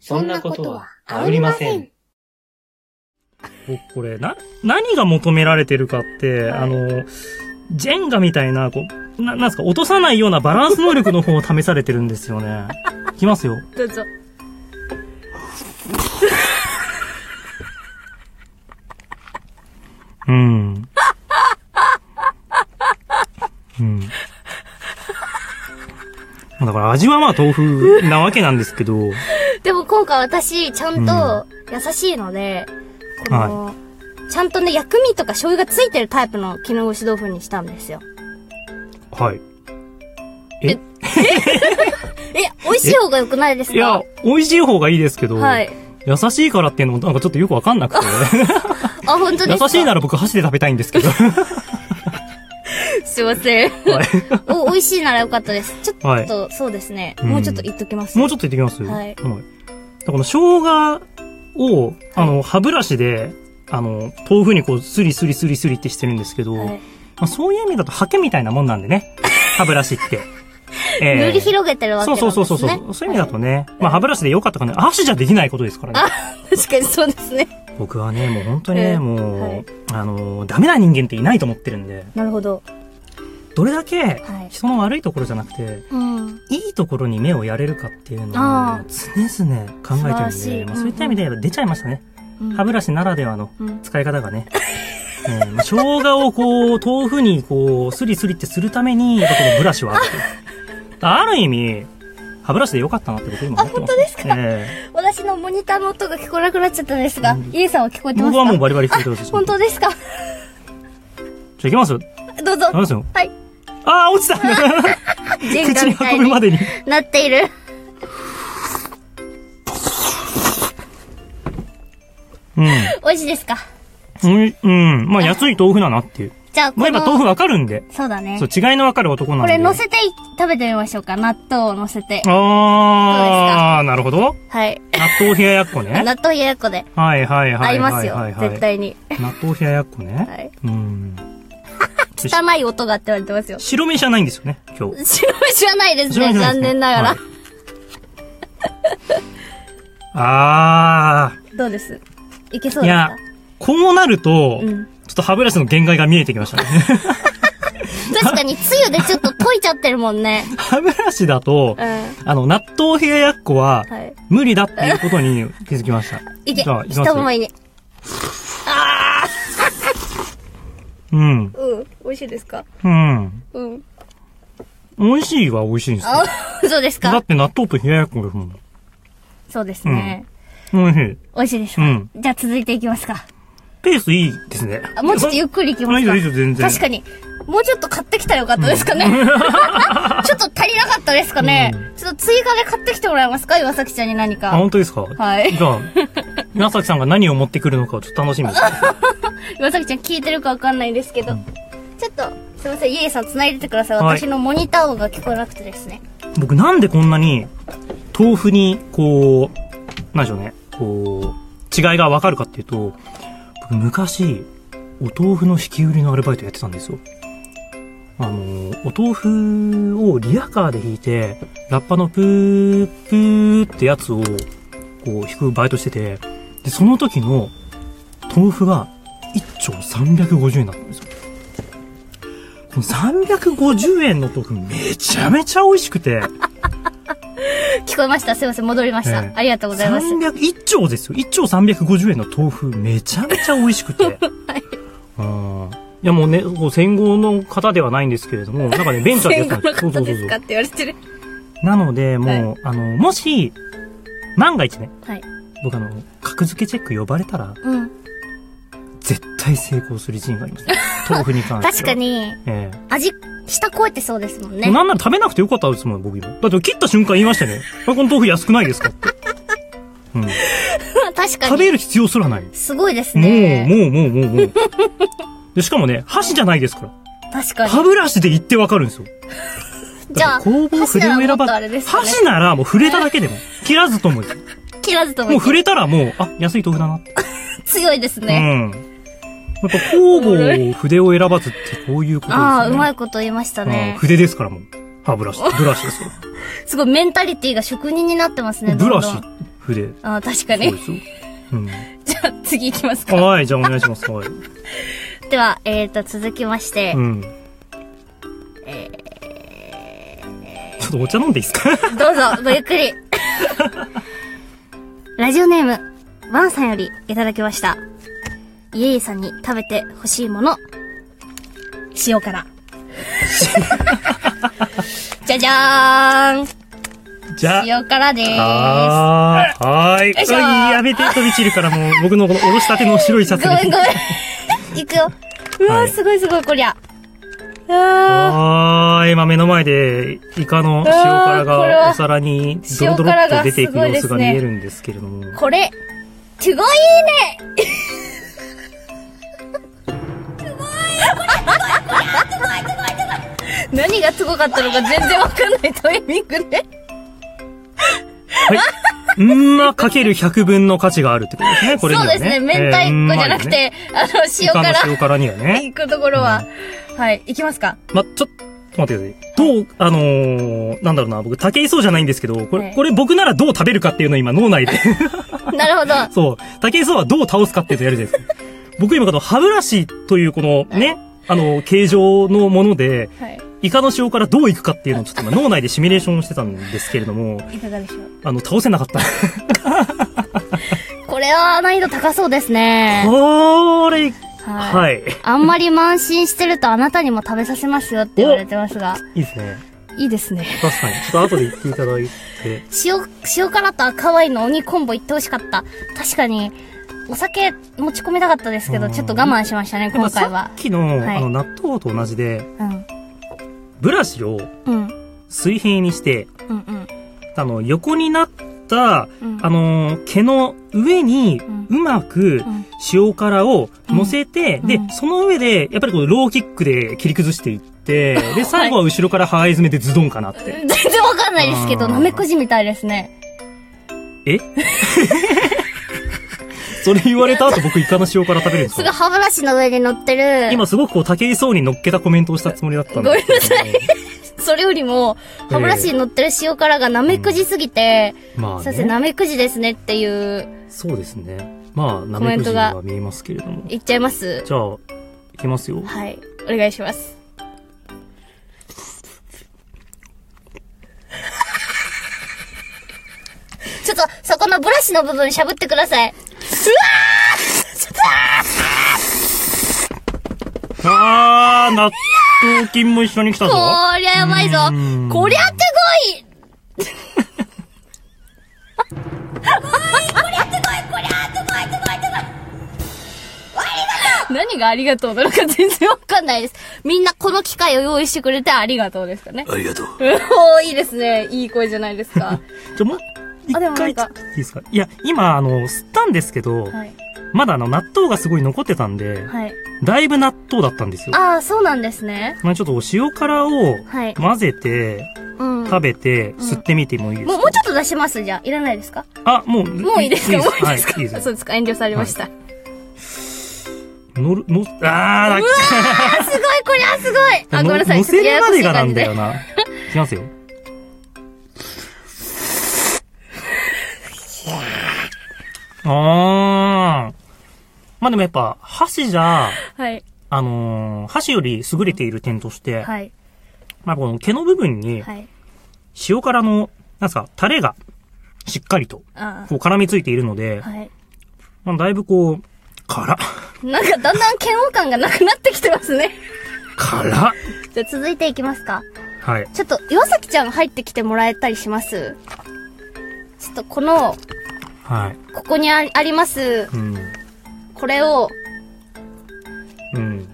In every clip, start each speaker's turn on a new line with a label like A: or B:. A: そんなことはありません。
B: 僕これ、な、何が求められてるかって、
A: はい
B: あの、ジェンガみたいな、こう、な、なんすか、落とさないようなバランス能力の方を試されてるんですよ ね。いきますよ。
A: どうぞ。
B: うん。うん。だから味はまあ豆腐なわけなんですけど、
A: でも今回私、ちゃんと優しいので、この、ちゃんとね、薬味とか醤油がついてるタイプの絹ごし豆腐にしたんですよ。
B: はい。
A: え、美味しい方が良くないですか
B: いや、美味しい方がいいですけど、
A: はい。
B: 優しいからっていうのもなんかちょっとよくわかん なくて、
A: あ、本当ですか
B: 優しいなら僕箸で食べたいんですけ ど、は
A: すいません。
B: い。
A: お、美味しいなら良かったです。ちょっと、
B: はい
A: そうですね。
B: うん
A: もうちょっと言っときます。
B: もうち
A: ょ
B: ょっといってきます
A: はい
B: だからこの生姜を、あの、歯ブラシで、あの、豆腐にこう、スリスリスリスリってしてるんですけど、
A: はい
B: まあ、そういう意味だとハケみたいなもんなんで ね。歯ブラシって。ええ
A: 塗り広げてるわ
B: そ
A: けなん
B: うそ
A: ですね。
B: うそうそう。そうそういう意味だとね、まあ歯ブラシでよかったかね、箸じゃできないことですからね。
A: 確かにそうですね。
B: 僕はね、もう本当に
A: え
B: ね、
A: え
B: もう、
A: はい
B: あのー、ダメな人間っていないと思ってるんで、
A: なるほど。
B: どれだけ
A: はい
B: 人の悪いところじゃなくて、
A: うん。
B: いいところに目をやれるかっていうのを
A: ああ
B: 常々考えてる
A: 素
B: ん
A: 晴らしい
B: で、まあ、そういった意味で出ちゃいましたね。
A: うん
B: 歯ブラシならではの
A: うん
B: 使い方がね。ええまあ生姜をこう、豆腐にこう、スリスリってするために、やっぱこのブラシはあると。ある意味、歯ブラシでよかったなって僕今思ってます、ね。本当ですか、え
A: 私のモニターの音が聞こえなくなっちゃったんですが、
B: うん
A: イエさんは聞こえ
B: え
A: てま
B: 僕
A: すか
B: はもうバリバリ聞いてますよ。
A: 本当ですか
B: じゃあ行きますよ。
A: どうぞ。
B: 行きますよ。
A: はい。
B: ああ、落ち た
A: ジェンガ
B: 口
A: み
B: に
A: たい
B: 運ぶまで
A: に
B: に。
A: なっている。
B: うん。
A: 美味しいですか
B: うんうん。まあ、安い豆腐だなっていう。
A: じゃあ、こ
B: まあ、
A: の、
B: 今豆腐わかるんで。
A: そうだね
B: そう、。違いのわかる男なん
A: こ
B: で。
A: れ乗せてい食べてみましょうか。納豆を乗せて。
B: ああ、なるほど。
A: はい。
B: 納豆冷ややっこ ね。
A: 納豆冷ややっこで
B: はいはいは
A: 合
B: い
A: いま
B: は
A: す
B: い
A: よ
B: はい。。
A: 絶対に。
B: 納豆冷ややっこね。
A: はい。
B: うん。
A: 汚い音がって言われてますよ。
B: 白飯じゃないんですよね、今日。
A: 白飯はないです
B: 白
A: ね、
B: 飯じゃいですね
A: 残念ながら
B: はい。あ
A: どうですいけそ
B: あ
A: う
B: い
A: です
B: や
A: か、
B: こうなると、
A: うん
B: ちょっと歯ブラシの限界が見えてきました ね。
A: 確かに、つゆでちょっと溶いちゃってるもんね。
B: 歯ブラシだと
A: う、ん。
B: あの、納豆冷ややっこは、
A: はい。
B: 無理だっていうことに気づきました。
A: いけ、
B: じゃあ、いき
A: 一
B: ます
A: 思いに。
B: うん。
A: うん。美味しいですか
B: うん。
A: うん。
B: 美味しいは美味しいんですよ。
A: あ、そうです
B: だ
A: か
B: って納豆と冷ややっこですもん。
A: そうですね。
B: 美味しい。
A: 美味しいですか
B: うん
A: じゃあ続いていきますか。
B: ペースいいですね。
A: あもうちょっとゆっくりいきま
B: い
A: す
B: い
A: か。
B: よいいよ、全然。
A: 確かに。もうちょっと買ってきたらよかったですか ね。ちょっと足りなかったですかね。ちょっと追加で買ってきてもらえますか岩崎ちゃんに何
B: あ、
A: か。
B: 本当ですかは
A: はい。
B: じゃ あ、岩崎さんが何を持ってくるのかをちょっと楽しみです。
A: 岩崎ちゃん聞いてるかわかんないんですけど、ちょっとすいませんイエイさん繋いでてください、
B: はい
A: 私のモニター音が聞こえなくてですね
B: 僕なんでこんなに、豆腐に、こう、なんでしょうね、こう、違いがわかるかっていうと、僕昔、お豆腐の引き売りのアルバイトやってたんですよ。あの、お豆腐をリアカーで引いて、ラッパのプー、プーってやつを、こう、引くバイトしてて、で、その時の、豆腐が、1丁350円だったんですよ。この350円の豆腐めちゃめちゃ美味しくて、
A: 聞こえましたすいません戻りました、
B: ええ
A: ありがとうございます
B: 300、1丁ですよ。1丁350円の豆腐、めちゃめちゃ美味し くて。うんいやもうね、こう戦後の方ではないんですけれど も、なんかね、ベンチャーでや
A: 戦
B: ってた
A: 後
B: んで
A: の
B: すそうそう
A: 方
B: そうそ
A: です
B: う
A: か。って言われてる
B: なので、もう、あの、もし、万が一ね、
A: はい
B: 僕あの、格付けチェック呼ばれたら、
A: うん
B: 絶対成功する自信があり ます、ね。豆腐に関しては。
A: 確か。に
B: ええ
A: 味下超えてそうですもんね
B: なんなら食べなくてよかったですもん、僕今。だって切った瞬間言いましたね。あこの豆腐安くないですかって。うん。
A: 確か
B: 食
A: に
B: べる必要すらない。
A: すごいです
B: もう、
A: ね
B: もう、もう、もう、も う。で、しかもね、箸じゃないですから。
A: 確かに
B: 歯ブラシで言ってわかるんですよ。
A: じゃあ
B: 工房
A: 箸
B: 筆
A: な
B: を選
A: らもっと
B: ば
A: あれですかね
B: 箸ならもう触れただけで も、切らずともいい。
A: 切らずとも
B: もう触れたらもう、あ、安い豆腐だなって。
A: 強いです
B: うん。
A: ね、
B: やっぱ工房筆を選ばずってこういうことですよね。
A: ああうま
B: い
A: いこと言いました
B: うん
A: ね、
B: 筆です からもう。歯ブラシ、ブラシですよ。
A: すごいメンタリティが職人になってますねど
B: ブ
A: んどん
B: ラシ、筆。
A: ああ、確
B: そ
A: か
B: う
A: に
B: で。すよ。うん。
A: じゃあ、次行きますか。
B: はい、じゃあお願いし ます。はい。
A: では、えーと、続きまして
B: う、ん。ちょっとお茶飲んでいいですか
A: どうぞ、ごゆっ くり。ラジオネーム、ワンさんよりいただきました。イエイさんに食べてほしいもの、塩辛。じゃじゃーん
B: じゃあ。
A: 塩辛でーす。
B: あー、はーい。
A: よいしょー
B: あやめて、飛び散るからもう、僕のこのおろしたての白いシャツ
A: ごめん
B: に。
A: ごめん。いくよ。うわ
B: は
A: ー、
B: い
A: すごいすごい、こりゃ。あー。
B: あー、今目の前で、イカの塩辛
A: あーこれは
B: がお皿に、ドロドロっと出ていく様子が見えるんですけれども。
A: これ、すごいいいねすごい何がすごかったのか全然わかんないタイミングで。
B: はい。うーんま、かける100分の価値があるってことですね、これに
A: そ
B: は
A: う
B: ね。
A: ですね、明太
B: えー
A: 子じゃなくて、。あの、
B: イ
A: 塩
B: カの塩
A: 辛
B: 辛にはね。
A: 行くところは、はい、行きますか。
B: ま、ちょっと待ってください。どう、あのー、なんだろうな、僕、竹井壮じゃないんですけど、こ
A: は
B: れ、
A: い
B: これ僕ならどう食べるかっていうのを今脳内で。
A: なるほど。
B: そう。竹井壮はどう倒すかっていうとやるじゃない ですか。僕今この歯ブラシというこのね、あの、形状のもので、
A: はい、
B: イカの塩からどういくかっていうのをちょっと今脳内でシミュレーションをしてたんですけれども、
A: いかがでしょう。
B: あの、倒せなかった。
A: これは難易度高そうですね。
B: これ、
A: はい。
B: はい。
A: あんまり慢心してるとあなたにも食べさせますよって言われてますが、
B: いいですね。
A: いいですね。
B: 確かに。ちょっと後で言っていただいて。
A: 塩、塩辛と赤ワインの鬼コンボ行ってほしかった。確かに、お酒持ち込みたかったですけど、
B: うん
A: ちょっと我慢しましたね、
B: でも
A: 今回
B: さ
A: は
B: っ。きの、
A: はい
B: あの、納豆と同じで、
A: うん。
B: ブラシを
A: うん。
B: 水平にして、
A: うんうん。
B: あの、横になった、
A: うん
B: あのー毛の上に
A: ん、
B: うまく
A: ん
B: 塩辛を乗せて、
A: うん
B: で
A: うん、
B: その上で、やっぱりこう、ローキックで切り崩していって、で、最後は後ろから羽合い詰めてズドンかなって。
A: 全然わかんないですけど、
B: うん
A: なめくじみたいですね。
B: えそれ言われた後僕イカの塩辛食べるんです
A: すごい
B: よ。
A: 歯ブラシの上に乗ってる。
B: 今すごくこう、竹井壮に乗っけたコメントをしたつもりだったんですけれども。
A: それよりも、歯ブラシに乗ってる塩辛がなめくじすぎて、
B: まあ
A: 先生、な
B: ね。
A: めくじですねっていう、
B: そうですね。まあ、な
A: メ
B: め
A: ン
B: く
A: ト
B: じ
A: が
B: は見えますけれども。
A: 言っちゃいます
B: じゃあ、いきますよ。
A: はい。お願いします。ちょっと、そこのブラシの部分しゃぶってください。
B: あー、納豆菌も一緒に来た
A: こ
B: ぞ。
A: りゃやばいぞ
B: うー。ん
A: こりゃすごい 何がありがとうなのか全然わかんないです。みんなこの機会を用意してくれてありがとうですかね。
B: ありがとう。
A: おー、いいですね。いい声じゃないですか。
B: じゃ、もう、一
A: あでもなん
B: 回
A: か
B: ちょっといいですかいや、今、あの、吸ったんですけど、
A: はい。
B: まだあの、納豆がすごい残ってたんで、
A: はい。
B: だいぶ納豆だったんですよ。
A: ああ、そうなんですね。
B: まあちょっとお塩辛を
A: はい
B: 混ぜて、
A: うん。
B: 食べて、吸ってみてもいいです
A: もう、
B: か、
A: もうちょっと出しますじゃあ。いらないですか
B: あ、もう、
A: もういいですかもういいですか、
B: はい、いいで
A: そ
B: す
A: うですか遠慮されました。
B: 乗る、乗す、あー、
A: あ、すごいこりゃすごいあ、ごめんなさい。
B: 乗せるまでがなんだ
A: や
B: よ
A: やこ
B: な。いきますよ。あー。まあでもやっぱ、箸じゃ、
A: しい感じで。はい。
B: あのー箸より優れている点として、
A: はい。
B: まあこの毛の部分に
A: はい。
B: 塩辛の、なんすか、タレがしっかりと、
A: あ
B: こう絡みついているので
A: あ。、はい。
B: まあだいぶこう、 辛、
A: なんかだんだん嫌悪感がなくなってきてますね。
B: 辛
A: じゃあ続いていきますか。
B: はい。
A: ちょっと、岩崎ちゃん入ってきてもらえたりしますちょっとこの、
B: はい。
A: ここにありあります、
B: うん。
A: これを、
B: うん。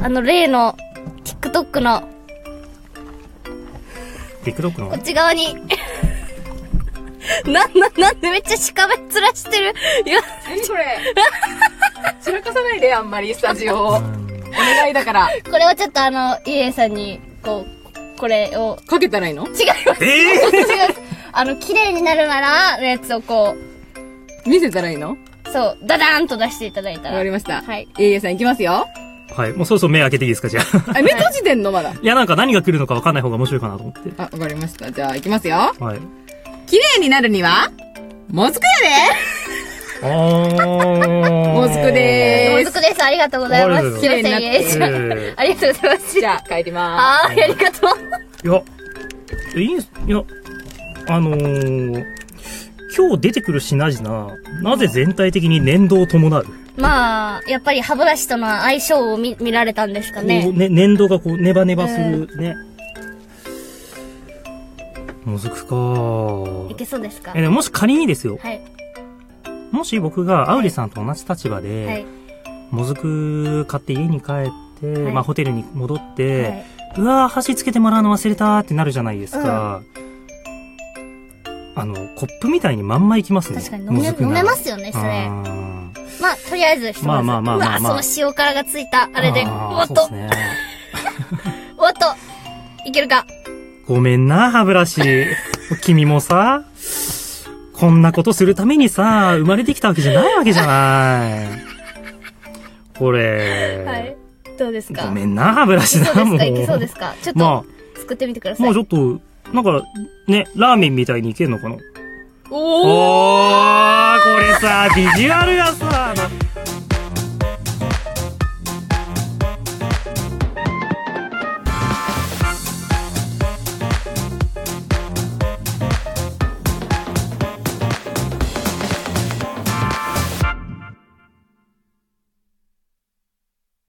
A: あの、例の、TikTok の、
B: TikTok の
A: こっち側に。 なん、な、なんでめっちゃしかめっ面してる。 いや、
C: 何これ 散らかさないであんまりスタジオをお願いだから
A: これはちょっとあの、イエイさんに、こう、これを、
C: かけたらいいの
A: 違います。
B: ええ
A: 違います。あの、綺麗になるなら、のやつをこ
C: 見せたらいいの
A: う、そう、ダダーンと出していただいた
C: わ
A: ら。
C: かりました
A: はい
C: いえいえさんいきますよ
B: はい。もうそろそろ目開けていいですか、じゃあ。
C: あ 目閉じてんのまだ
B: いや、なんか何が来るのか分かんない方が面白いかなと思って。
C: あわかりましたじゃあいきますよ
B: はい。
C: 綺麗になるにはもずく
B: あー。
C: もずくで
A: もずくです。ありがとうございます。すいません。
C: ありがとうご
B: え
A: え
B: ー
A: ー ありがとうございます
C: やで。じゃあ、帰りま
A: あー、ありがとう。
B: いや、いいんす、いや、あのー、今日出てくる品々、なぜ全体的に粘土を伴う、
A: まあ、やっぱり歯ブラシとの相性を見見られたんですか
B: こう
A: ね。
B: ね、粘土がこう、ネバネバするね。もずくか
A: いけそうですか
B: え、でももし仮にですよ。
A: はい。
B: もし僕がアウリさんと同じ立場で、
A: はい。
B: もずく買って家に帰って、
A: はい
B: まあホテルに戻って、
A: はいう
B: わー、箸つけてもらうの忘れたーってなるじゃないですか。あの、コップみたいにまんまいきますね。
A: 確かに飲め、飲めますよね、それ。
B: ね。
A: まあ、とりあえずひとず、
B: まあまあまあまあまあ
A: うわ、その塩辛がついた、あれで、お
B: あ
A: っ
B: ーそ
A: と、
B: うですね。
A: おっと、いけるか。
B: ごめんな、歯ブラシ。 君もさ、こんなことするためにさ、生まれてきたわけじゃないわけじゃない。これ、
A: はい。どうですか
B: ごめんな、歯ブラシ
A: いけそ
B: だ
A: う
B: も
A: で
B: ん。
A: すかいけそうですかちょっと、
B: ま
A: 作ってみてくだ
B: あ、
A: さい。
B: もうちょっと、なんか、ね、ラーメンみたいにいけんのかな
C: す。おー
B: おーこれさ、ビジュアルがさ、